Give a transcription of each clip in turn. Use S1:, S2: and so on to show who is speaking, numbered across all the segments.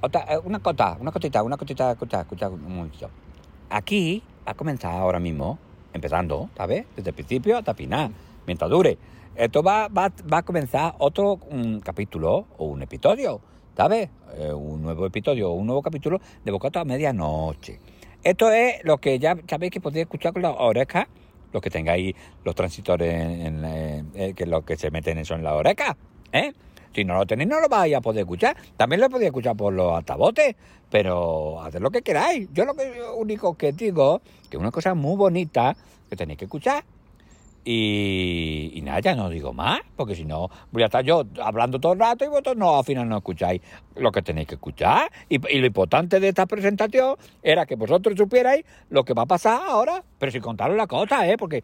S1: Otra, eh, una cota, una cotita, una cotita, cota, cota, un momentito. Aquí ha comenzado ahora mismo, empezando, ¿sabes? Desde el principio hasta el final, mientras dure. Esto va, va, va a comenzar otro mm, capítulo o un episodio, ¿sabes? Eh, un nuevo episodio o un nuevo capítulo de Bocato a medianoche. Esto es lo que ya sabéis que podéis escuchar con las orejas, los que tengáis los transitores en, en la- eh, que los que se meten eso en la oreja, ¿eh? Si no lo tenéis, no lo vais a poder escuchar. También lo podéis escuchar por los altavoces, pero haced lo que queráis. Yo lo que- lo único que digo, que es una cosa muy bonita que tenéis que escuchar. Y, y nada, ya no digo más, porque si no voy a estar yo hablando todo el rato y vosotros no, al final no escucháis lo que tenéis que escuchar. Y, y lo importante de esta presentación era que vosotros supierais lo que va a pasar ahora, pero sin contaros la cosa, ¿eh? Porque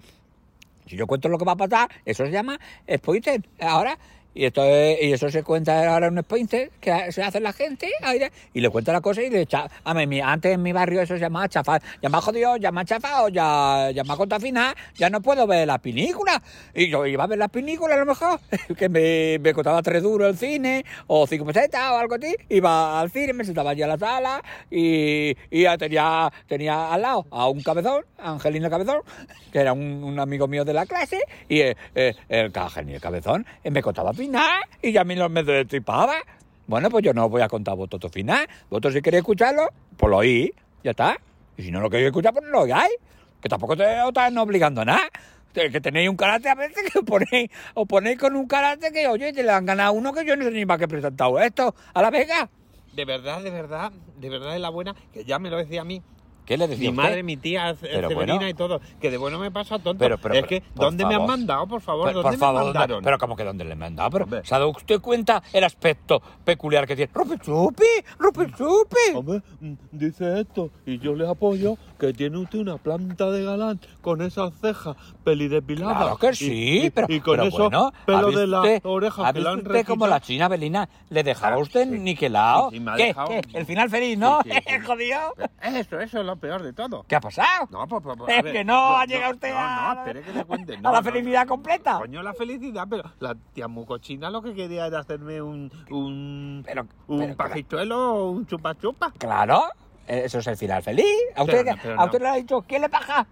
S1: si yo cuento lo que va a pasar, eso se llama spoiler ahora. Y, esto es- y eso se cuenta ahora en un spoiler que ha- se hace la gente ahí de- y le cuenta la cosa y le echa. A mí, mi- antes en mi barrio eso se llamaba chafar. Ya me ha jodido, ya me ha chafado, ya, ya me ha contaminado, ya no puedo ver las películas. Y yo iba a ver las películas a lo mejor, que me, me costaba tres duros el cine o cinco pesetas o algo así. Iba al cine, me sentaba allí a la sala y, y ya tenía, tenía al lado a un cabezón, a Angelina Cabezón, que era un, un amigo mío de la clase, y eh, eh, el ca- Angelina Cabezón eh, me contaba final y ya a mí lo- me destripaba. Bueno, pues yo no os voy a contar vosotros final. Vosotros si queréis escucharlo, pues lo oís, ya está. Y si no lo queréis escuchar, pues no lo oigáis. Que tampoco te os están obligando a nada. Que que tenéis un carácter a veces que os ponéis, os ponéis con un carácter que, oye, te le han ganado uno que yo no sé ni para qué he presentado esto. A la vega.
S2: De verdad, de verdad, de verdad es la buena, que ya me lo decía a mí.
S1: ¿Qué le
S2: Mi
S1: decía usted?
S2: madre, mi tía, Ce-
S1: Pero
S2: Severina
S1: bueno.
S2: y todo. Que de bueno me pasa tonto.
S1: Pero- pero-
S2: es
S1: pero,
S2: que,
S1: por
S2: ¿dónde me han
S1: favor.
S2: mandado? Por favor,
S1: Pero,
S2: ¿dónde
S1: por
S2: me
S1: favor, ¿dónde-
S2: mandaron?
S1: pero como que dónde le he mandado, pero
S2: Hombre.
S1: ¿se ha dado usted cuenta el aspecto peculiar que tiene? ¡Rupi chupi! ¡Rupi chupi!
S3: Hombre, mm, dice esto y yo les apoyo que tiene usted una planta de galán con esas cejas pelidepiladas.
S1: Claro que
S3: y-
S1: sí,
S3: y,
S1: pero,
S3: y con
S1: pero
S3: eso
S1: bueno, ¿ha
S3: pelo
S1: visto
S3: de la
S1: usted-
S3: oreja
S1: ¿ha
S3: que
S1: visto
S3: la han
S1: usted como la china Belina le dejaba a
S2: Ah,
S1: usted
S2: sí.
S1: niquelado?
S2: Sí, sí, me ha
S1: ¿Qué?
S2: dejado-
S1: ¿Qué? ¿El final feliz, no?
S2: Sí, sí, sí.
S1: ¡Jodido!
S2: Eso, eso es lo peor de todo.
S1: ¿Qué ha pasado?
S2: No, pues, pues, pues,
S1: Es
S2: a ver,
S1: que no ha llegado usted
S2: no,
S1: a-
S2: No, espere que le cuente.
S1: a
S2: no,
S1: la
S2: no,
S1: felicidad
S2: no,
S1: completa.
S2: Coño, la felicidad, pero la tía mucochina lo que quería era hacerme un. un.
S1: Pero,
S2: un
S1: pero-
S2: pajichuelo o un chupa chupa.
S1: claro, eso es el final feliz. ¿A usted,
S2: Pero no, pero
S1: a usted
S2: no.
S1: le ha dicho quién le baja?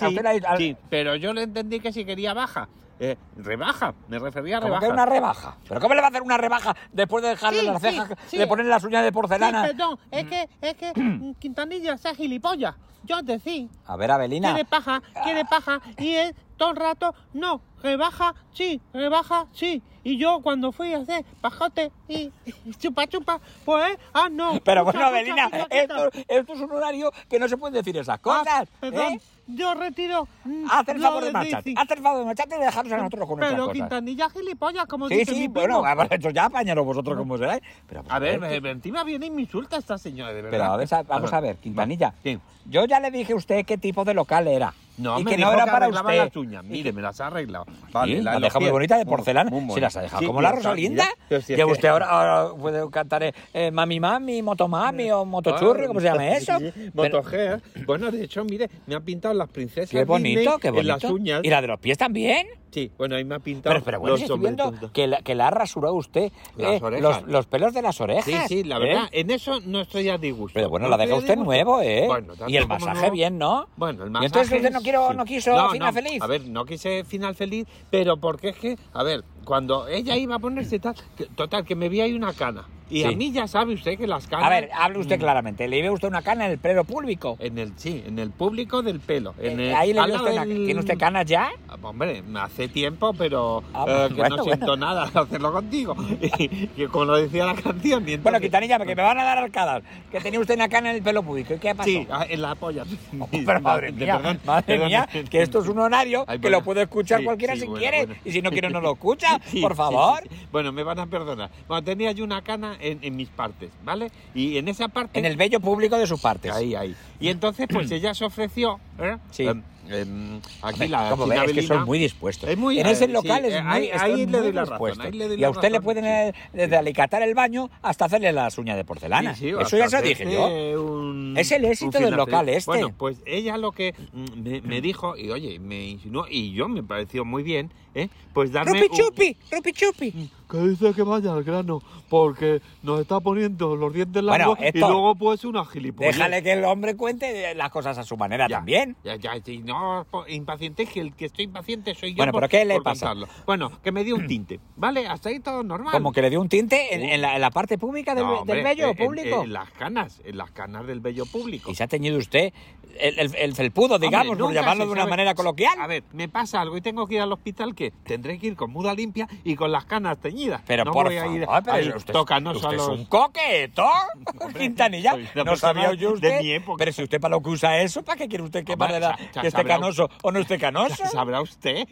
S1: a usted le ha dicho, al-
S2: sí, pero yo le entendí que si quería baja. eh, rebaja, me refería a
S1: ¿Cómo
S2: rebaja.
S1: que una rebaja? ¿Pero cómo le va a hacer una rebaja después de dejarle
S2: Sí,
S1: las
S2: sí,
S1: cejas,
S2: sí.
S1: de ponerle las uñas de porcelana?
S2: Sí, perdón, es que, es que mm, Quintanilla sea gilipollas. Yo te sí.
S1: A ver, Avelina.
S2: Quiere paja, quiere paja. Y él todo el rato, no, rebaja, sí, rebaja, sí. Y yo cuando fui a hacer pajote y y chupa chupa, pues, eh, ah, no.
S1: Pero
S2: chucha,
S1: bueno,
S2: chucha,
S1: Avelina,
S2: chucha,
S1: esto,
S2: chucha.
S1: esto es un horario que no se pueden decir esas
S2: Ah,
S1: cosas.
S2: perdón,
S1: ¿eh?
S2: yo retiro. mm,
S1: Haz el
S2: lo
S1: favor de
S2: de
S1: marcharte.
S2: Daisy.
S1: Haz el favor de marcharte y dejarnos a nosotros con nuestras
S2: Pero
S1: cosas.
S2: Quintanilla gilipollas, como
S1: Sí,
S2: dice mi
S1: sí,
S2: primo.
S1: bueno, bueno, esto ya apañaros vosotros como seráis. Pero, pues,
S2: A ver,
S1: pero,
S2: me- encima viene y me insulta esta señora, de verdad.
S1: pero a ver, sa- vamos
S2: Ajá.
S1: a ver, Quintanilla.
S2: Sí.
S1: Yo ya le dije a usted qué tipo de local era.
S2: No,
S1: y
S2: me
S1: que
S2: dijo
S1: no era
S2: que
S1: para
S2: arreglaba
S1: usted.
S2: las uñas. Mire, me las ha arreglado.
S1: Sí,
S2: la
S1: las
S2: de los
S1: deja muy
S2: pies.
S1: bonitas de
S2: Muy-
S1: porcelana.
S2: muy
S1: se las ha dejado
S2: bonita.
S1: como
S2: Sí,
S1: la
S2: mira,
S1: Rosalinda.
S2: mira, pero si es
S1: y
S2: que-
S1: usted ahora, ahora puede cantar eh, eh, Mami Mami, Motomami o Motochurri, ¿cómo se llama eso? Pero-
S2: Motoger. Bueno, de hecho, mire, me ha pintado las princesas.
S1: qué bonito,
S2: Disney
S1: qué bonito.
S2: En las uñas.
S1: Y la de los pies también.
S2: Sí, bueno, ahí me ha pintado.
S1: Pero, pero bueno,
S2: los
S1: si estoy viendo
S2: sombreritos.
S1: que la, que la ha rasurado usted.
S2: Las
S1: eh,
S2: orejas.
S1: Los, los pelos de las orejas.
S2: Sí, sí, la
S1: ¿eh?
S2: verdad, en eso no estoy a disgusto.
S1: Pero bueno,
S2: No
S1: la
S2: estoy
S1: deja
S2: a
S1: usted
S2: disgusto.
S1: nuevo, ¿eh?
S2: Bueno, tanto
S1: y el
S2: como
S1: masaje
S2: no-
S1: bien, ¿no?
S2: Bueno, el
S1: Y
S2: masaje...
S1: entonces usted no
S2: es-
S1: quiero- no quiso final feliz.
S2: A ver, no quise final feliz, pero porque es que, a ver, cuando ella iba a ponerse tal, que- total, que me vi ahí una cana. Y a
S1: Sí.
S2: mí ya sabe usted que las canas...
S1: A ver, hable usted
S2: Mm,
S1: claramente. Le ve usted una cana en el pelo público.
S2: En el, sí, en el público del pelo. En
S1: Eh,
S2: el-
S1: Ahí le
S2: al
S1: ve
S2: lado
S1: usted una-
S2: del-
S1: ¿Tiene usted canas ya?
S2: Ah, Hombre, me hace tiempo, pero
S1: Ah,
S2: eh, que
S1: bueno, bueno.
S2: no siento nada al hacerlo contigo. Y, que como lo decía la canción... Y
S1: Bueno,
S2: entonces-
S1: Quintanilla, que me van a dar arcadas. Que tenía usted una cana en el pelo público. ¿Y qué pasó?
S2: Sí, ah, en la polla.
S1: Pero madre
S2: De
S1: mía,
S2: verdad,
S1: madre
S2: perdón.
S1: mía, que esto es un horario
S2: Ay,
S1: que
S2: bueno.
S1: lo puede escuchar
S2: Sí,
S1: cualquiera
S2: sí,
S1: si
S2: bueno,
S1: quiere.
S2: bueno.
S1: Y si no quiere, no lo escucha,
S2: Sí,
S1: por
S2: sí,
S1: favor.
S2: sí, sí. Bueno, me van a perdonar. Bueno, tenía yo una cana en, en mis partes, ¿vale? Y en esa parte...
S1: En el bello público de sus partes.
S2: Ahí, ahí. Y entonces, pues ella se ofreció, ¿eh?
S1: Sí.
S2: Em, em, aquí
S1: Hombre,
S2: la
S1: como ves, es que son
S2: chinabelina-
S1: muy dispuestos.
S2: Es muy-
S1: en ese
S2: eh,
S1: local
S2: sí,
S1: es
S2: eh,
S1: muy,
S2: ahí-
S1: están
S2: ahí le
S1: muy
S2: doy la razón,
S1: dispuestos.
S2: ahí le doy
S1: y a
S2: la
S1: usted le
S2: razón,
S1: pueden
S2: sí.
S1: eh, desde alicatar el baño hasta hacerle las uñas de porcelana.
S2: Sí, sí,
S1: Eso ya se lo
S2: bastante,
S1: dije yo.
S2: eh, un-
S1: Es el éxito
S2: un
S1: del
S2: freelance.
S1: local este.
S2: Bueno, pues ella lo que mm, me, me dijo, y oye, me insinuó, y yo me pareció muy bien, ¿eh? Pues darme.
S1: Rupi
S2: un-
S1: chupi, rupi chupi.
S2: Que dice que vaya al grano, porque nos está poniendo los dientes
S1: Bueno,
S2: largos y
S1: Héctor,
S2: luego pues una gilipollas.
S1: Déjale que el hombre cuente las cosas a su manera
S2: Ya,
S1: también.
S2: Ya, ya, si no os po- impacientéis, que el que estoy impaciente soy yo.
S1: Bueno,
S2: por-
S1: ¿pero qué le
S2: por
S1: pasa?
S2: contarlo. Bueno, que me dio un tinte, ¿vale? Hasta ahí todo normal.
S1: Como que le dio un tinte en, en la, en la parte pública del,
S2: No,
S1: del
S2: hombre, eh,
S1: vello
S2: en- en-
S1: público.
S2: En, las canas, en las canas del vello público.
S1: Y se ha teñido usted el, el, el felpudo, digamos,
S2: Hombre,
S1: por
S2: nunca
S1: llamarlo
S2: se
S1: de una
S2: sabe.
S1: manera coloquial.
S2: A ver, me pasa algo y tengo que ir al hospital que tendré que ir con muda limpia y con las canas teñidas.
S1: Pero
S2: no
S1: por
S2: voy a
S1: favor,
S2: ir
S1: pero
S2: ahí,
S1: usted,
S2: tócanos
S1: usted
S2: a
S1: es
S2: los-
S1: un coqueto, Quintanilla.
S2: soy una
S1: No sabía
S2: persona
S1: yo
S2: de
S1: usted.
S2: mi época.
S1: Pero si usted para lo que usa eso, ¿para qué quiere usted que,
S2: Hombre,
S1: manera
S2: sa- sa-
S1: que esté
S2: sabrá-
S1: canoso o no esté canoso?
S2: ¿Sabrá usted?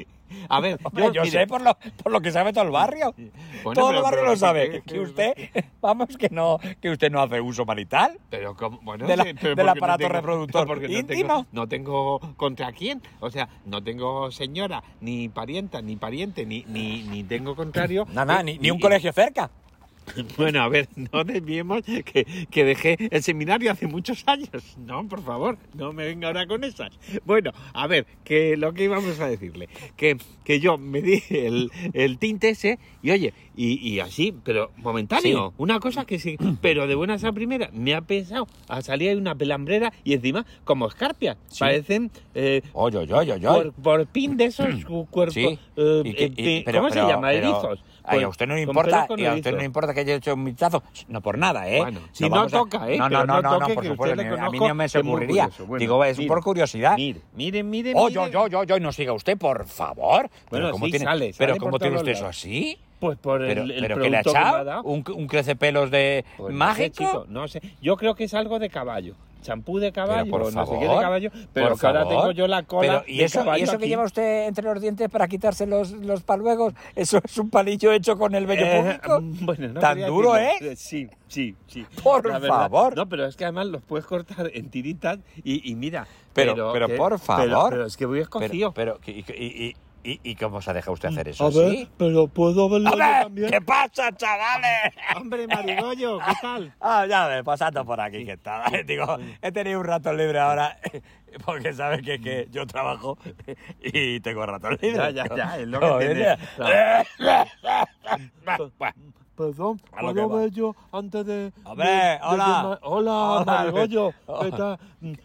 S2: A ver,
S1: Hombre, yo
S2: mire,
S1: sé por lo, por lo que sabe todo el barrio.
S2: Bueno,
S1: todo
S2: pero-
S1: el barrio
S2: pero-
S1: lo sabe.
S2: pero-
S1: Que usted, vamos, que no, que usted no hace uso marital.
S2: Pero como, bueno,
S1: De la-
S2: sí, pero
S1: del
S2: porque
S1: aparato
S2: tengo-
S1: reproductor
S2: porque
S1: íntimo.
S2: No tengo, no tengo contra quién. O sea, no tengo señora, ni parienta, ni pariente, ni, ni, ni tengo contrario.
S1: Nada, nada, ni, ni un
S2: Y-
S1: colegio cerca.
S2: Bueno, a ver, no desviemos que, que dejé el seminario hace muchos años. No, por favor, no me venga ahora con esas. Bueno, a ver, que lo que íbamos a decirle, que, que yo me di el, el tinte ese y oye, y, y así, pero momentáneo,
S1: Sí.
S2: una cosa que sí, pero de buenas a primeras me ha pensado a salir de una pelambrera y encima como escarpias,
S1: Sí.
S2: parecen eh,
S1: Oye, oye, oye, oye.
S2: por, pin de esos cu- cuerpos,
S1: Sí.
S2: eh,
S1: ¿Y qué-
S2: eh,
S1: y-
S2: de-
S1: pero-
S2: ¿cómo
S1: pero-
S2: se llama?
S1: pero-
S2: Erizos.
S1: Ay,
S2: Con-
S1: a usted no le
S2: con
S1: importa,
S2: pelos con
S1: y a usted no
S2: erizos.
S1: le importa que haya hecho un vistazo. No por nada, ¿eh?
S2: Bueno, si no
S1: vamos
S2: toca, ¿eh?
S1: No, no, no,
S2: Pero no
S1: no, no,
S2: toque,
S1: por
S2: que
S1: supuesto.
S2: usted le
S1: ni- A mí
S2: conozco,
S1: no me
S2: es muy
S1: ocurriría.
S2: curioso. Bueno,
S1: Digo, es
S2: mire,
S1: por curiosidad.
S2: Mire, mire, mire.
S1: Oh,
S2: mire.
S1: yo, yo, yo, yo, no siga usted, por favor.
S2: Bueno,
S1: ¿cómo
S2: sí,
S1: tiene,
S2: sale, sale
S1: pero
S2: por
S1: ¿cómo tiene
S2: todos
S1: usted eso
S2: lados.
S1: así?
S2: Pues por el,
S1: Pero,
S2: el
S1: pero
S2: producto
S1: ¿qué le ha
S2: que me ha
S1: echado?
S2: dado.
S1: ¿Un, un crecepelos de
S2: Pues no sé,
S1: mágico?
S2: chico, no sé. Yo creo que es algo de caballo. Champú de caballo,
S1: por
S2: o no sé qué de
S1: favor,
S2: caballo, pero
S1: por
S2: que ahora
S1: favor.
S2: tengo yo la cola.
S1: Pero, ¿y,
S2: de
S1: eso,
S2: caballo
S1: ¿Y eso que
S2: aquí.
S1: lleva usted entre los dientes para quitarse los, los paluegos? ¿Eso es un palillo hecho con el vello
S2: Eh,
S1: público?
S2: mm, bueno, no
S1: Tan
S2: quería
S1: duro, eh?
S2: decirlo. eh, Sí, sí, sí.
S1: Por
S2: La
S1: favor.
S2: No, pero es que además los puedes cortar en tiritas y, y mira.
S1: Pero- pero
S2: que-
S1: por favor.
S2: Pero, es que voy escocido.
S1: Pero, pero ¿y, y, y- y- y cómo se deja usted hacer eso
S2: A ver,
S1: así?
S2: pero puedo verlo yo
S1: ¡Hombre!
S2: también.
S1: ¿Qué pasa, chavales?
S2: Hombre, Marigollo, ¿qué tal?
S1: Ah, ya ves, pasando por aquí, que estaba. eh, Digo, he tenido un rato libre ahora, porque sabes que, que yo trabajo y tengo rato libre.
S2: Ya, ya, ya, es lo que
S1: Como
S2: tiene.
S1: viene-
S2: Perdón,
S1: A lo que
S2: ¿puedo
S1: va.
S2: ver yo antes de...
S1: Hombre,
S2: de- de
S1: hola.
S2: llamar- hola,
S1: Hola.
S2: Marigollo,
S1: Hola.
S2: ¿qué tal?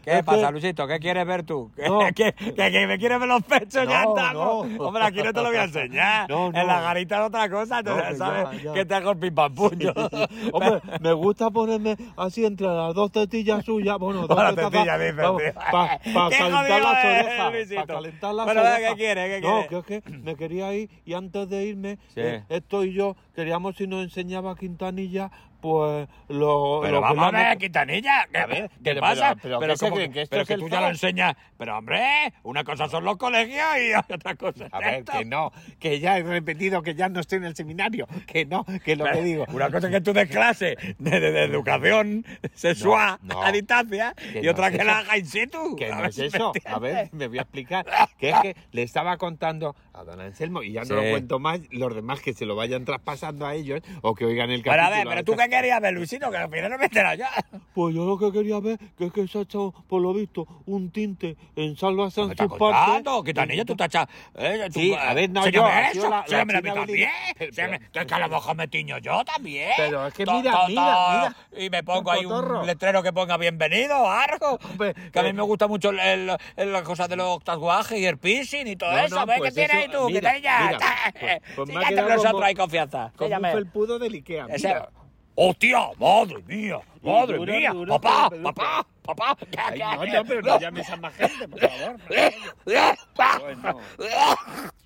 S1: ¿Qué
S2: Es
S1: pasa,
S2: que-
S1: Luisito? ¿Qué quieres ver tú? ¿Que,
S2: No.
S1: que- que- que me quieres ver los pechos? ya
S2: No,
S1: estamos.
S2: no.
S1: Hombre, aquí no te lo voy a enseñar.
S2: No, no.
S1: En la garita es otra cosa, tú
S2: No,
S1: ya
S2: que
S1: sabes
S2: ya, ya.
S1: que te hago el pim pam puño.
S2: Hombre, me gusta ponerme así entre las dos tetillas suyas. Bueno, dos
S1: Bueno,
S2: tetas,
S1: tetilla,
S2: pa-
S1: dices,
S2: vamos,
S1: tío.
S2: pa- pa
S1: Qué
S2: calentar las
S1: jodido es,
S2: orejas.
S1: Luisito.
S2: Para calentar las
S1: Bueno, venga,
S2: orejas.
S1: ¿qué quiere, qué
S2: no,
S1: quiere?
S2: que es que me quería ir y antes de irme,
S1: Sí.
S2: eh, esto y yo queríamos si nos enseñaba Quintanilla, pues lo.
S1: Pero
S2: lo que
S1: vamos a
S2: le han-
S1: ver, Quintanilla, ¿qué,
S2: A ver,
S1: ¿qué
S2: pero-
S1: pasa?
S2: pero- pero ¿qué se
S1: ¿cómo
S2: creen? ¿Que esto
S1: pero
S2: es
S1: que
S2: el
S1: tú ya
S2: zoo?
S1: lo enseñas. Pero hombre, una cosa son los colegios y otra cosa es
S2: A ver,
S1: esto.
S2: que no, que ya he repetido que ya no estoy en el seminario, que no, que lo que
S1: Pero
S2: digo.
S1: Una cosa es que tú des clase de, de- de educación sexual
S2: No, no.
S1: a distancia
S2: Que
S1: y
S2: no
S1: otra
S2: es
S1: que la
S2: eso.
S1: haga in situ.
S2: Que
S1: A
S2: no
S1: ver
S2: es
S1: si me
S2: eso.
S1: entiendes.
S2: A ver, me voy a explicar. Que es que le estaba contando a don Anselmo, y ya no
S1: Sí.
S2: lo cuento más, los demás que se lo vayan traspasando a ellos o que oigan el
S1: Pero
S2: capítulo. este.
S1: a ver, pero tú qué querías ver, Luisito, que al final no me he enterado ya.
S2: Pues yo lo que quería ver que es que se ha echado, por lo visto, un tinte en Salva
S1: ¿Qué estás
S2: Sánchez
S1: contando? Quitanilla, tú te has echado. eh, tú-
S2: Sí, a ver, no,
S1: sí,
S2: yo,
S1: me
S2: ha
S1: he
S2: sido
S1: hecho,
S2: la-
S1: sí,
S2: la
S1: me lo he visto
S2: chinabilidad.
S1: también, sí, me- que es que a lo mejor me tiño yo también.
S2: Pero es que
S1: To-
S2: mira,
S1: to-
S2: mira,
S1: to-
S2: mira.
S1: Y me pongo
S2: Un
S1: ahí un
S2: cotorro.
S1: letrero que ponga bienvenido o algo.
S2: Hombre,
S1: que a mí
S2: eh.
S1: me gusta mucho el, el- el- las cosas de los tatuajes y el piercing y todo
S2: No, no,
S1: eso. ¿Ves
S2: pues
S1: qué tienes ahí
S2: eso,
S1: tú,
S2: mira,
S1: Quitanilla?
S2: mira, pues- pues
S1: Sí,
S2: me ha
S1: ya entre
S2: quedado
S1: nosotros
S2: como-
S1: hay confianza. Sí,
S2: Como
S1: ya
S2: un
S1: me-
S2: felpudo del Ikea.
S1: ese-
S2: Ah, mira.
S1: ¡Hostia! ¡Madre mía!
S2: Y
S1: ¡Madre
S2: duro,
S1: mía!
S2: duro,
S1: ¡Papá!
S2: pero-
S1: ¡Papá! ¡Papá!
S2: Ay, no, no, pero no llames a más gente, por favor.
S1: Eh,
S2: Bueno.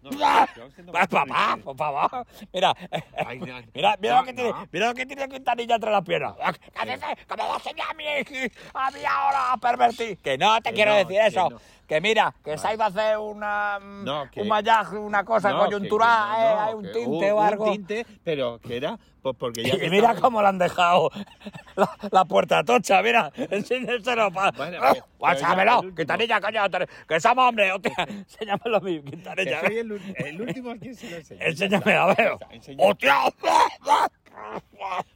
S2: No, yo es que no me
S1: Pa- Papá,
S2: parece.
S1: por favor. Mira, eh,
S2: Ay, no,
S1: mira, mira lo
S2: no,
S1: que tiene,
S2: no.
S1: mira lo que tiene Quintanilla entre las piernas. Ah, A veces, como vos señas a mí, eh, a mí ahora a pervertir. Que no te
S2: Que
S1: quiero
S2: no,
S1: decir
S2: que
S1: eso.
S2: no.
S1: Que mira, que se iba a hacer una, mm,
S2: No, que-
S1: un mallaje, una cosa
S2: No, que-
S1: coyuntural,
S2: que no,
S1: eh,
S2: no,
S1: hay un
S2: que
S1: tinte
S2: hubo
S1: o algo.
S2: Un tinte, pero que era
S3: Pues porque ya.
S1: Y
S3: que
S1: mira
S3: estamos-
S1: cómo le han dejado la, la puerta tocha, mira, enséñeselo para...
S3: Bueno, pero- pero ya el último.
S1: Quintanilla, coño, te- que somos hombres, hostia, enséñamelo a mí, Quintanilla. ¿eh?
S3: Que soy el, ul- el último a quien se lo enseña.
S1: Enséñame, a ver. ¡Hostia!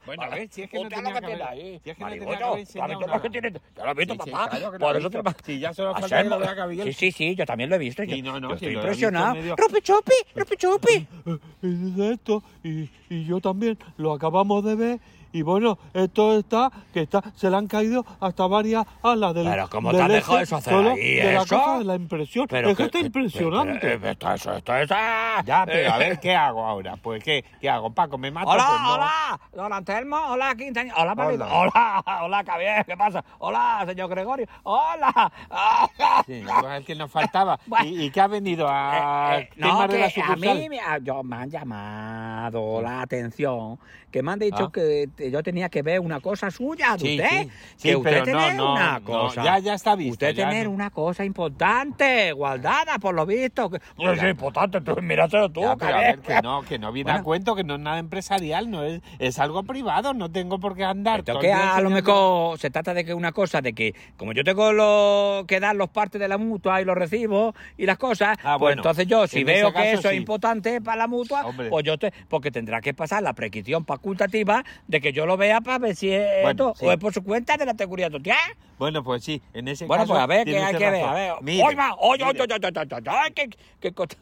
S3: Bueno, a ver, si es que no
S1: Hostia,
S3: tenía
S1: lo
S3: que
S1: que tiene
S3: haber-
S1: ahí.
S3: si es que no tenía que
S1: Marigoño,
S3: haber
S1: ¿lo has
S3: enseñado
S1: visto lo
S3: nada.
S1: que tiene? Ya lo has visto,
S3: Sí, sí,
S1: papá.
S3: claro que lo
S1: Por
S3: he
S1: eso te
S3: visto. Sí, ya solo falta
S1: Hacer-
S3: que lo vea
S1: Sí,
S3: Gabriel.
S1: sí, sí, yo también lo he visto.
S3: Sí,
S1: yo-
S3: no, no,
S1: yo
S3: sí,
S1: estoy
S3: lo he visto
S1: impresionado.
S3: medio-
S1: ¡Rupi Chupi! ¡Rupi Chupi!
S4: de esto y, y yo también lo acabamos de ver y bueno esto está que está se le han caído hasta varias alas del
S1: Pero ¿cómo
S4: del
S1: te han dejado
S4: este,
S1: eso hacer
S4: solo
S1: ahí,
S4: de la
S1: eso? eh,
S4: cosa de la impresión es que está impresionante
S1: pero, eh, esto, eso, esto, eso.
S3: Ya, pero a ver, ¿qué hago ahora? Pues, ¿qué, qué hago? Paco, me mato.
S1: Hola,
S3: Pues no.
S1: hola, don Anselmo, hola, Quintanilla, hola, Pablito,
S3: Hola.
S1: hola, hola, Javier, ¿qué pasa? Hola, señor Gregorio, hola. Eh, hola.
S3: Sí, pues, el que nos faltaba.
S1: Bueno.
S3: ¿Y, y qué ha venido a
S1: Eh, eh,
S3: temas
S1: no,
S3: Ah, de la
S1: que a
S3: sucursal?
S1: mí me, ha- yo, me han llamado la atención, que me han dicho
S3: Ah.
S1: que te- yo tenía que ver una cosa suya de
S3: Sí,
S1: usted,
S3: sí,
S1: que
S3: sí,
S1: usted
S3: pero no,
S1: tener
S3: no,
S1: una
S3: no,
S1: cosa.
S3: ya- ya está visto,
S1: Usted
S3: ya
S1: tener
S3: no.
S1: una cosa importante, guardada, por lo visto. que-
S3: Yo soy
S1: importante, tú míratelo tú,
S3: Ya, pero a ver, que no, que no viene
S1: Bueno.
S3: a cuento, que no es nada empresarial, no es, es algo privado, no tengo por qué andar.
S1: Esto
S3: todo
S1: que
S3: el día
S1: a lo
S3: enseñando-
S1: mejor se trata de que una cosa de que como yo tengo lo- que dar los partes de la mutua y los recibos y las cosas,
S3: Ah,
S1: pues
S3: bueno.
S1: entonces yo si
S3: En
S1: veo
S3: ese
S1: que
S3: caso,
S1: eso es
S3: sí.
S1: importante para la mutua,
S3: Hombre.
S1: pues yo te, porque tendrá que pasar la prescripción facultativa de que yo lo vea para ver si es
S3: Bueno,
S1: esto,
S3: sí.
S1: o es por su cuenta de la seguridad social.
S3: Bueno, pues sí, en ese
S1: Bueno,
S3: caso.
S1: pues a ver, que
S3: tiene
S1: hay
S3: usted
S1: que ver, a
S3: razón.
S1: ver.
S3: Mire,
S1: ¡Oy, va! ¡Oy, oy,
S3: mire.
S1: oy, oy, oy, oy, oy, oy! qué- qué cosa-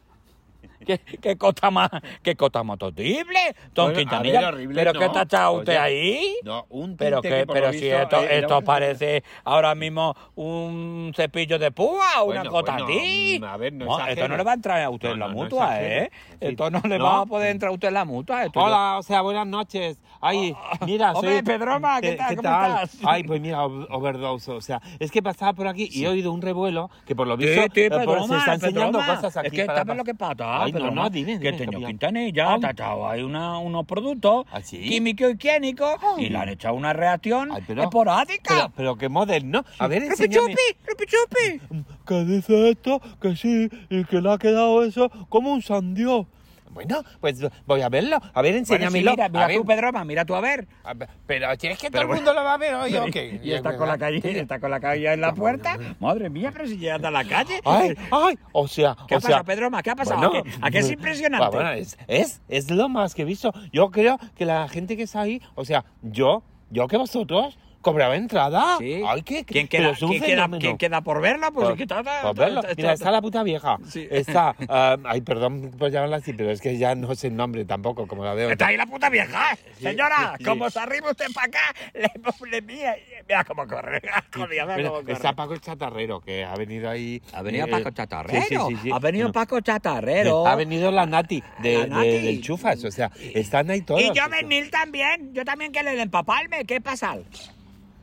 S1: qué- qué cosa más, qué cosa más horrible, don
S3: Bueno, a
S1: Quintanilla.
S3: ver, horrible
S1: pero qué
S3: no.
S1: está echado usted
S3: Oye,
S1: ahí.
S3: No, un
S1: Pero
S3: tinte
S1: que,
S3: por
S1: pero
S3: lo
S1: si
S3: visto eh,
S1: esto,
S3: era
S1: esto
S3: un-
S1: parece ahora mismo un cepillo de púa o una
S3: Bueno,
S1: cosa
S3: bueno,
S1: así.
S3: mm, a ver, no
S1: esto
S3: exagere.
S1: no le va a entrar a usted
S3: No,
S1: en la
S3: no, no
S1: mutua,
S3: exagere.
S1: ¿eh?
S3: Sí.
S1: Esto no le
S3: No.
S1: va a poder entrar a usted en la mutua. esto
S3: Hola, o sea, buenas noches. Ay, mira, soy...
S1: Hombre, Pedroma, ¿qué tal? ¿Cómo estás?
S3: Ay, pues mira, ob- overdose, o sea, es que pasaba por aquí y he oído un revuelo que por lo
S1: yo-
S3: visto
S1: Sí, sí,
S3: eh, pues,
S1: Pedroma,
S3: se está enseñando
S1: Pedroma.
S3: cosas aquí
S1: Es que
S3: para
S1: sabes lo que pasa,
S3: Ay, no,
S1: Pedroma,
S3: no, dime,
S1: que
S3: dime,
S1: el señor
S3: Javier.
S1: Quintanilla ha
S3: Ay.
S1: tachado ahí una, unos productos
S3: ¿Ah, sí?
S1: químicos y químicos y le han echado una reacción
S3: Ay, pero-
S1: esporádica.
S3: Pero, pero qué moderno. A ver,
S1: ¡Rupi
S3: enséñame.
S1: chupi! ¡Rupi chupi!
S4: que dice esto que sí y que le ha quedado eso como un sandió
S3: Bueno, pues voy a verlo. A ver,
S1: Bueno, sí,
S3: enséñamelo.
S1: mira,
S3: a
S1: mira
S3: ver,
S1: tú, Pedroma, mira tú a ver.
S3: a ver, pero si es que
S1: Pero
S3: todo el
S1: bueno.
S3: mundo lo va a ver hoy, ¿o qué?
S1: Y está con la calle, y está con la calle ya en la puerta. Madre mía, pero si llegas a la calle. Eh,
S3: Ay, ay, o sea,
S1: ¿Qué
S3: o
S1: ha
S3: sea,
S1: pasado, Pedro? ¿Qué ha pasado? ¿A, qué, a qué es impresionante?
S3: Ah, bueno, es, es, es lo más que he visto. Yo creo que la gente que está ahí, o sea, yo, yo que vosotros, cobraba entrada.
S1: Sí.
S3: Ay, que,
S1: ¿Quién
S3: pero
S1: queda,
S3: es un
S1: quién queda-
S3: fenómeno.
S1: quién queda por verla? Pues
S3: Por-
S1: ¿qué tal?
S3: por verlo. Mira, está la puta vieja.
S1: Sí.
S3: Está. ah, ay, perdón por llamarla así, pero es que ya no sé el nombre tampoco, como la veo.
S1: Está ahí la puta vieja. Señora,
S3: sí, sí.
S1: como se arriba usted para acá, le, le mira, mira cómo corre. Joder, mira
S3: Mira,
S1: cómo corre.
S3: está Paco el Chatarrero, que ha venido ahí.
S1: Ha venido
S3: eh,
S1: Paco
S3: eh,
S1: Chatarrero.
S3: sí, sí, sí, sí.
S1: Ha venido
S3: Bueno,
S1: Paco Chatarrero.
S3: Ha venido la Nati de,
S1: La Nati.
S3: de- del Chufas, o sea, están ahí todos.
S1: y yo venir también. Yo también que le empaparme. ¿Qué pasa?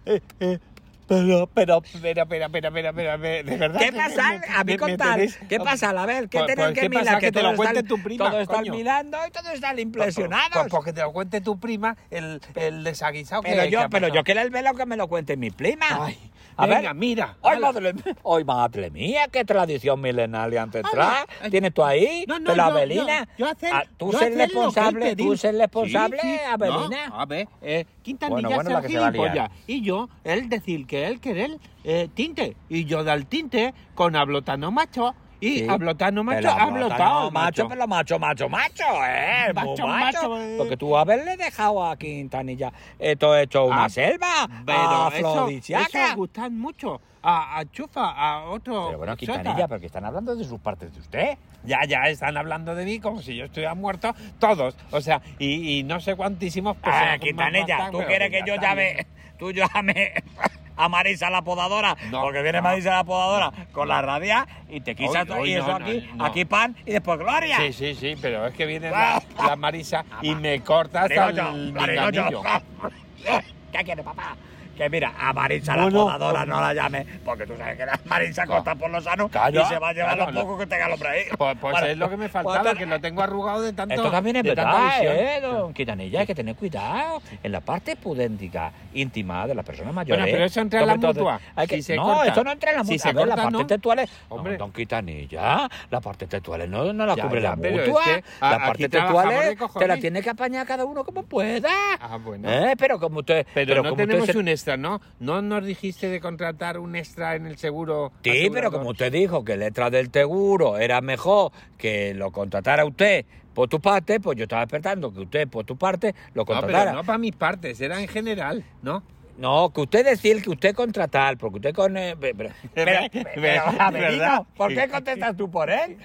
S3: Eh, eh, pero, pero, pero, pero, pero, pero, pero, de verdad.
S1: ¿Qué
S3: que
S1: pasa?
S3: me- me-
S1: A mí
S3: me
S1: contar.
S3: tenéis-
S1: ¿Qué pasa? A ver, ¿qué
S3: Pues-
S1: tenés
S3: pues,
S1: que
S3: ¿qué
S1: mirar?
S3: pasa? Que te lo
S1: todos
S3: cuente
S1: están-
S3: tu prima,
S1: Todos están
S3: coño.
S1: mirando y todos están
S3: Pues
S1: impresionados.
S3: porque te lo cuente tu prima, el, el desaguisado que-
S1: Pero
S3: que
S1: yo,
S3: ha
S1: pero
S3: pasado.
S1: yo quiero el velo que me lo cuente mi prima.
S3: Ay,
S1: a
S3: venga,
S1: ver.
S3: mira.
S1: Ay,
S3: hala.
S1: madre, mía, ay, madre mía, qué tradición milenaria ancestral.
S2: Ay,
S1: Tienes tú ahí,
S2: No, no,
S1: pero
S2: yo-
S1: Abelina,
S2: yo- yo hacer-
S1: ah, tú
S2: yo
S1: ser
S2: hacer lo que
S1: responsable,
S2: él te
S1: tú
S2: diga.
S1: ser responsable,
S3: Sí, sí.
S1: Abelina.
S3: No, a ver, eh, Quintanilla
S1: Bueno, bueno,
S3: sea
S1: la que se va a liar.
S3: gilipollas. Y yo, él decir que él querer eh, tinte. Y yo dar tinte con ablotano macho. Y
S1: Sí.
S3: ablotano macho,
S1: Pero
S3: ablotado
S1: no, macho, pero macho, macho, macho, eh, muy macho,
S3: Macho, macho, eh.
S1: Porque tú haberle dejado a Quintanilla esto hecho una
S3: Ah,
S1: selva,
S3: Pero eso,
S1: afrodisíaca.
S3: eso gustan mucho a, a Ah, Chufa, a otro.
S1: Pero bueno,
S3: sota.
S1: Quintanilla, porque están hablando de sus partes de usted.
S3: Ya, ya están hablando de mí como si yo estuviera muerto, todos. O sea, y, y no sé cuantísimos. pues,
S1: Ah,
S3: son más
S1: Quintanilla, tú
S3: bastardos,
S1: quieres que
S3: pero
S1: yo
S3: ya está bien.
S1: llame, tú llame a Marisa la podadora,
S3: No,
S1: porque viene
S3: no,
S1: Marisa la podadora con la rabia y te quisa
S3: Hoy-
S1: todo-
S3: hoy
S1: y
S3: no,
S1: eso
S3: no,
S1: aquí,
S3: no.
S1: aquí pan y después gloria.
S3: Sí, sí, sí, pero es que viene la, la Marisa y me corta
S1: Digo
S3: hasta
S1: yo,
S3: el
S1: digo yo.
S3: anillo.
S1: ¿Qué quiere papá? ¿Qué que mira, a Marisa la
S4: Bueno.
S1: podadora no la llame, porque tú sabes que la Marisa corta por los sanos
S3: Claro,
S1: y se va a llevar
S3: claro,
S1: los pocos que tenga el hombre ahí.
S3: Pues, pues
S1: Vale.
S3: es lo que me faltaba,
S1: Pues,
S3: que lo tengo arrugado de tanto.
S1: Esto también es
S3: de tanta
S1: verdad,
S3: visión.
S1: ¿eh, don Quintanilla? Hay que tener cuidado en la parte pudéntica, íntima de las personas mayores.
S3: Bueno, pero eso entra en
S1: Sobre
S3: la
S1: todo-
S3: mutua.
S1: hay que-
S3: Si se
S1: no,
S3: corta.
S1: eso no entra en la
S3: Si
S1: mutua.
S3: se
S1: A ver, la
S3: corta,
S1: parte
S3: ¿no?
S1: textual es...
S3: Hombre.
S1: No, don Quintanilla, la parte textual no, no la
S3: Ya,
S1: cubre
S3: ya,
S1: la
S3: pero es
S1: mutua.
S3: que a-
S1: la
S3: aquí
S1: parte
S3: trabajamos
S1: textual
S3: de
S1: es- te la
S3: cojones.
S1: tiene que apañar cada uno como pueda.
S3: Ah, bueno.
S1: Eh, Pero como usted...
S3: Pero, no
S1: como
S3: tenemos
S1: usted se-
S3: un extra, ¿no? ¿No nos dijiste de contratar un extra en el seguro?
S1: Sí,
S3: asegurador?
S1: pero como usted dijo que letra del seguro era mejor que lo contratara usted por tu parte, pues yo estaba esperando que usted por tu parte lo
S3: No,
S1: contratara.
S3: pero no para mis partes, era en general, ¿no?
S1: No, que usted decir que usted contratar, porque usted con... eh, pe- pero, pero, pero, Avelino, ¿por qué contestas tú por él?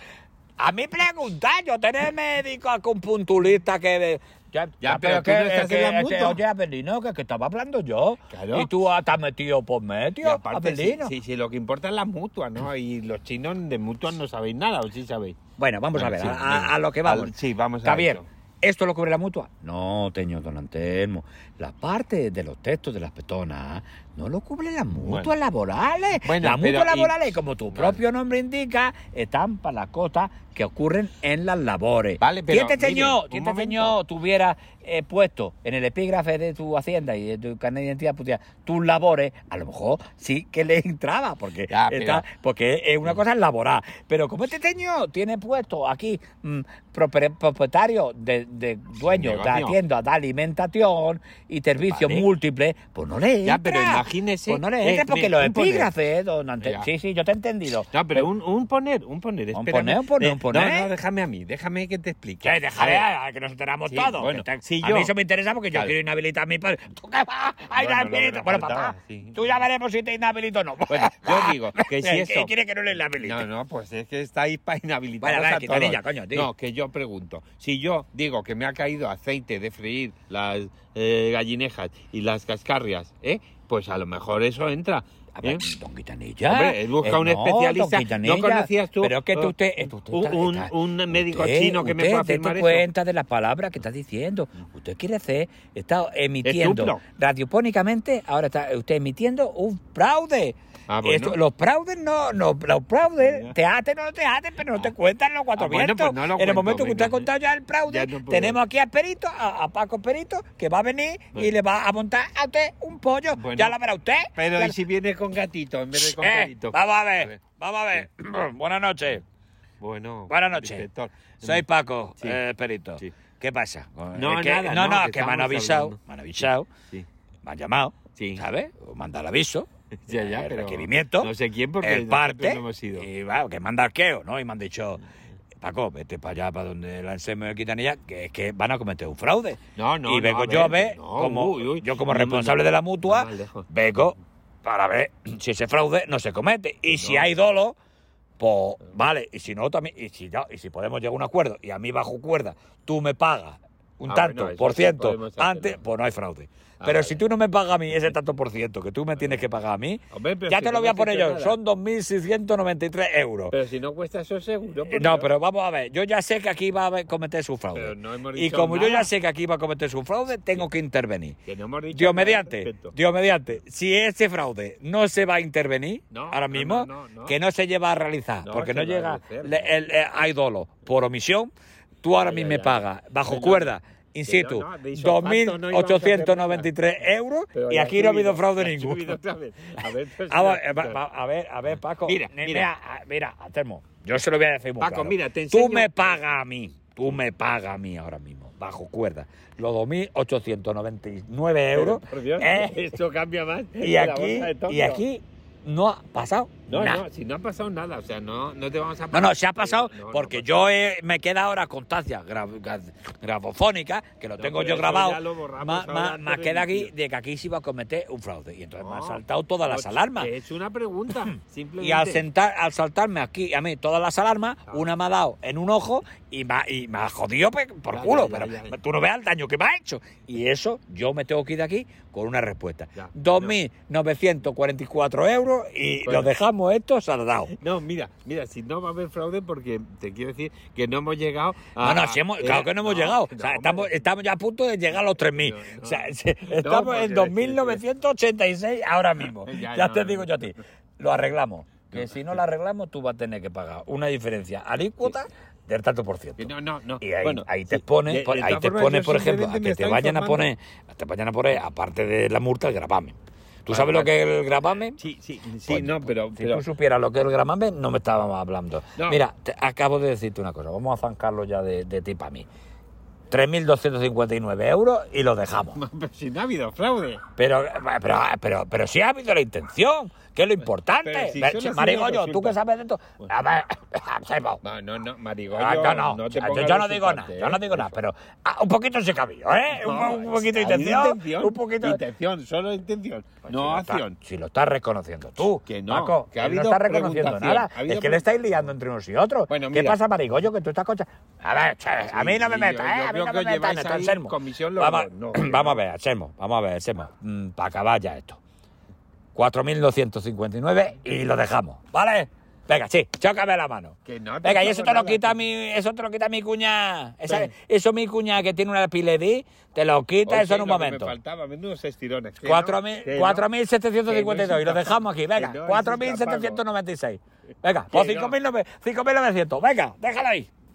S1: A mí pregunta, yo tener médico, acupunturista que... Ya,
S3: Ya, pero tú no
S1: es
S3: estás en la
S1: es
S3: mutua.
S1: Oye, Avelino, que, que estaba hablando yo.
S3: Claro.
S1: Y tú ah, te has metido por
S3: Y
S1: medio,
S3: aparte, sí,
S1: Avelino.
S3: sí, sí, lo que importa es la mutua, ¿no? Y los chinos de mutuas no sabéis nada, ¿o sí sabéis?
S1: Bueno, vamos a
S3: Bueno,
S1: ver,
S3: sí,
S1: a,
S3: venga.
S1: a lo que vamos.
S3: Al- sí, vamos a
S1: Javier,
S3: eso.
S1: ¿esto lo cubre la mutua? No, señor don Antelmo. La parte de los textos de las personas no lo cubre las mutuas
S3: Bueno.
S1: laborales.
S3: Bueno,
S1: las mutuas
S3: pero y-
S1: laborales, como tu propio nombre indica, están para las cosas que ocurren en las labores.
S3: Vale, pero
S1: Si este
S3: mire,
S1: señor,
S3: un
S1: si este
S3: momento.
S1: señor tuviera eh, puesto en el epígrafe de tu hacienda y de tu carnet de identidad, pusiera tus labores, a lo mejor sí que le entraba, porque
S3: Ya,
S1: está-
S3: pero-
S1: porque es una cosa laboral. Pero como este señor tiene puesto aquí mm, propre- propietario de, de dueño de
S3: negocio.
S1: la tienda de alimentación y servicios
S3: Vale.
S1: múltiples, pues no le entra.
S3: Ya, pero imagínese,
S1: Pues no le
S3: eh,
S1: entra porque
S3: mire,
S1: los
S3: un poner.
S1: epígrafes, don Ante-
S3: Ya.
S1: Sí, sí, yo te he entendido.
S3: No, pero un, un poner, un poner,
S1: Un
S3: espérame.
S1: poner, un poner, un
S3: Eh,
S1: poner.
S3: No, no, déjame a mí, déjame que te explique.
S1: Que dejaré
S3: A ver,
S1: a, a que nos enteramos
S3: Sí,
S1: todos.
S3: bueno,
S1: que está-
S3: si
S1: a
S3: yo-
S1: mí eso me interesa porque yo
S3: Claro.
S1: quiero inhabilitar a mi padre. ¿Tú qué vas? ¡Ay,
S3: Bueno, lo que
S1: inhabilito!
S3: nos
S1: Bueno,
S3: faltaba,
S1: papá,
S3: sí.
S1: tú ya veremos si te inhabilito o no.
S3: Bueno, yo digo que si eso-
S1: quiere que no le inhabilite?
S3: No, no, pues es que estáis para inhabilitar
S1: Vale, vale, Quintanilla, coño, di.
S3: No, que yo pregunto. Si yo digo que me ha caído aceite de freír las eh, gallinejas y las cascarrias, ¿eh? Pues a lo mejor eso entra.
S1: A
S3: ¿eh?
S1: ver, Don Quintanilla.
S3: Hombre, él busca
S1: Eh,
S3: un
S1: no,
S3: especialista.
S1: don Quintanilla,
S3: ¿No conocías tú?
S1: Pero es que tú
S3: eh,
S1: usted... eh, tú- tú
S3: un-
S1: estás-
S3: un-
S1: estás-
S3: un médico
S1: usted-
S3: chino que me
S1: usted,
S3: pueda
S1: dete
S3: firmar eso.
S1: cuenta de las palabras que está diciendo. Usted quiere hacer... Está emitiendo...
S3: Estupro.
S1: Radiopónicamente, ahora está usted emitiendo un fraude.
S3: Ah, bueno.
S1: Esto- los fraudes no, no, los fraudes,
S3: Ya.
S1: te aten o no te aten, pero no
S3: Ah.
S1: te cuentan los cuatro
S3: Ah, bueno,
S1: vientos.
S3: pues no lo
S1: en el
S3: cuento,
S1: momento que usted ha
S3: venga.
S1: contado ya el fraude,
S3: Ya no puedo.
S1: tenemos aquí a Perito, a, a Paco Perito, que va a venir y
S3: Bueno.
S1: le va a montar a usted un pollo.
S3: Bueno.
S1: ya la verá usted.
S3: Pero
S1: Ya
S3: ¿y si viene con gatito en vez de con
S1: eh,
S3: perito?
S1: vamos a
S3: A ver.
S1: ver, vamos a ver. Buenas noches.
S3: Bueno.
S1: Buenas noches.
S3: director.
S1: Soy Paco,
S3: Sí.
S1: eh, perito.
S3: Sí.
S1: ¿Qué pasa?
S3: No,
S1: Es que-
S3: nada,
S1: no,
S3: no,
S1: no,
S3: que
S1: que me han
S3: estamos
S1: avisado,
S3: hablando.
S1: me han avisado,
S3: Sí.
S1: me han llamado,
S3: Sí.
S1: ¿sabes? O manda el aviso.
S3: Ya, ya,
S1: el
S3: pero
S1: requerimiento,
S3: no sé quién, porque
S1: el
S3: nosotros
S1: parte,
S3: no hemos ido.
S1: y va, que manda arqueo, ¿no? Y me han dicho, Paco, vete para allá, para donde la Anselmo y el Quintanilla, que es que van a cometer un fraude.
S3: No, no,
S1: Y vengo
S3: no,
S1: yo a ver,
S3: no,
S1: como,
S3: uy, uy.
S1: yo como
S3: No, no,
S1: responsable
S3: no.
S1: de la mutua,
S3: No, más lejos.
S1: vengo para ver si ese fraude no se comete. Y si
S3: No.
S1: hay dolo, pues vale. Y si no, también. Y si, ya- y si podemos llegar a un acuerdo y a mí bajo cuerda tú me pagas un
S3: Ah,
S1: tanto
S3: bueno, eso
S1: por
S3: sí
S1: ciento
S3: podemos hacerlo.
S1: antes, pues no hay fraude.
S3: Ah,
S1: pero
S3: vale.
S1: si tú no me pagas a mí ese tanto por ciento que tú me tienes que pagar a mí,
S3: Hombre, pero
S1: ya
S3: si
S1: te
S3: no
S1: lo voy a
S3: hemos
S1: poner
S3: hecho
S1: yo.
S3: nada.
S1: Son 2.693 euros.
S3: Pero si no cuesta eso seguro.
S1: Eh,
S3: por
S1: No,
S3: Dios.
S1: pero vamos a ver. Yo ya sé que aquí va a haber- cometer su fraude.
S3: Pero no hemos
S1: y
S3: dicho
S1: como yo
S3: nada.
S1: ya sé que aquí va a cometer su fraude, tengo que intervenir.
S3: Que no hemos dicho
S1: Dios
S3: nada al
S1: mediante,
S3: respecto.
S1: Dios mediante, si ese fraude no se va a intervenir
S3: No,
S1: ahora
S3: no,
S1: mismo,
S3: no, no, no.
S1: que no se lleva a realizar,
S3: No
S1: porque
S3: se
S1: no
S3: va a
S1: llega
S3: realizar,
S1: le-
S3: no.
S1: el, el- hay dolo por omisión, tú ahora
S3: Ya,
S1: mismo me
S3: ya, ya.
S1: pagas bajo
S3: Pero no,
S1: cuerda, in
S3: pero
S1: situ,
S3: no, de iso facto no íbamos a hacer nada.
S1: 2.893 euros
S3: Pero
S1: y
S3: ya
S1: aquí no ha habido
S3: subido,
S1: fraude
S3: ya
S1: ninguno.
S3: subido otra vez. A ver, pues,
S1: Ah, va-
S3: mira,
S1: eh, va- va- a ver, a ver, Paco.
S3: Mira,
S1: ne-
S3: mira.
S1: mira, ah, mira, Anselmo, yo se lo voy a decir muy
S3: Paco,
S1: claro.
S3: mira, te
S1: Tú
S3: enseño-
S1: me pagas a mí, tú me pagas a mí ahora mismo, bajo cuerda, los 2.899 euros.
S3: Por Dios,
S1: ¿eh?
S3: esto cambia más. que
S1: Y
S3: la
S1: aquí,
S3: bolsa de tonto.
S1: y aquí no ha pasado
S3: No,
S1: nada.
S3: no, si no ha pasado nada, o sea, no, no te vamos a.
S1: No, no, se ha pasado
S3: No, no
S1: porque
S3: pasa.
S1: yo he- me queda ahora constancia gra- gra- grafofónica, que lo
S3: No,
S1: tengo
S3: pero
S1: yo
S3: eso
S1: grabado.
S3: ya lo borramos
S1: Más
S3: ahora
S1: más-
S3: antes
S1: más
S3: de
S1: queda aquí
S3: emitir.
S1: de que aquí se iba a cometer un fraude. Y entonces me han
S3: No,
S1: saltado todas
S3: no,
S1: las
S3: si-
S1: alarmas.
S3: que Es una pregunta, simplemente. Ah.
S1: Y al, sentar, al saltarme aquí, a mí, todas las alarmas,
S3: Claro.
S1: una me ha dado en un ojo y me ha, y me ha jodido pe- por
S3: Ya,
S1: culo.
S3: ya, ya,
S1: pero
S3: ya, ya.
S1: tú no veas el daño que me ha hecho. Y eso, yo me tengo que ir de aquí con una respuesta.
S3: Ya,
S1: 2.944 euros y
S3: Bueno,
S1: lo dejamos dejamos esto saldado.
S3: No, mira, mira, si no va a haber fraude porque te quiero decir que no hemos llegado
S1: No,
S3: a...
S1: no, si hemos-
S3: eh,
S1: claro que no hemos
S3: no,
S1: llegado.
S3: no,
S1: O sea,
S3: hombre.
S1: estamos, estamos ya a punto de llegar a los 3.000.
S3: No, no.
S1: O sea, se- estamos
S3: porque-
S1: en 2.986 ahora mismo.
S3: Ya,
S1: ya
S3: no,
S1: te
S3: no.
S1: digo yo a ti. Lo arreglamos. Que si no lo arreglamos, tú vas a tener que pagar una diferencia alícuota del tanto por ciento.
S3: No, no, no.
S1: Y ahí,
S3: Bueno,
S1: ahí te
S3: sí.
S1: expones,
S3: De- de
S1: ahí
S3: todas
S1: te
S3: formas,
S1: expones,
S3: yo
S1: por ejemplo, a
S3: simplemente
S1: que
S3: me
S1: te
S3: está
S1: vayan a
S3: informando.
S1: poner, te vayan a poner, aparte de la multa, el gravamen. ¿Tú
S3: Vale,
S1: sabes lo
S3: vale.
S1: que es el gravamen?
S3: Sí, sí, sí,
S1: Pues,
S3: no, pero...
S1: Si
S3: pero
S1: tú supieras lo que es el gramamen, no me estábamos hablando.
S3: No.
S1: Mira, te- acabo de decirte una cosa. Vamos a zancarlo ya de, de ti para mí. 3.259 euros y lo dejamos.
S3: pero si no ha habido fraude.
S1: Pero, pero, pero, pero sí ha habido la intención, que es lo importante.
S3: pero si
S1: Ve-
S3: solo ha sido
S1: Marigollo,
S3: resulta.
S1: tú que sabes de esto. A ver, observa.
S3: No, no, no, Marigollo,
S1: Ah, yo no,
S3: no te
S1: yo- yo,
S3: pongas
S1: no
S3: de su
S1: digo nada,
S3: parte,
S1: yo no
S3: ¿eh?
S1: digo nada, pero ah, un poquito se cabió, ¿eh? Un-
S3: No,
S1: un, poquito de
S3: ha habido
S1: intención, un poquito
S3: Intención, solo intención,
S1: Pues si
S3: no
S1: lo está-
S3: acción.
S1: si lo estás reconociendo tú,
S3: Que no,
S1: Paco,
S3: que ha
S1: él no
S3: habido
S1: está reconociendo
S3: preguntación,
S1: nada.
S3: ha habido
S1: es que le
S3: pregun-
S1: estáis liando entre unos y otros.
S3: Bueno,
S1: ¿Qué
S3: mira. Ah,
S1: pasa, Marigollo, que tú estás concha? A ver, che, a mí no me
S3: sí,
S1: metas,
S3: yo-
S1: ¿eh?
S3: yo
S1: A mí
S3: creo
S1: no
S3: que
S1: me metas
S3: os
S1: en
S3: lleváis
S1: esto,
S3: ahí
S1: Anselmo.
S3: comisión los
S1: Vamos,
S3: dos, no,
S1: vamos a ver, Anselmo, vamos a ver, Anselmo. Mm, para acabar ya esto. 4.259 y lo dejamos, ¿vale? Venga, sí, chócame la mano.
S3: Que no te
S1: Venga, y
S3: choco
S1: eso te lo
S3: nada,
S1: quita
S3: que-
S1: mi, eso te lo quita mi cuña. Esa-
S3: Venga.
S1: eso mi cuña que tiene una piledí, te lo quita
S3: Oye,
S1: eso en un
S3: lo que
S1: momento.
S3: Me faltaban unos estirones. que no, que no.
S1: 4.752 y lo dejamos aquí, venga,
S3: Que no es
S1: 4.796. Venga,
S3: Que
S1: o
S3: no.
S1: 5.900, venga, déjalo ahí.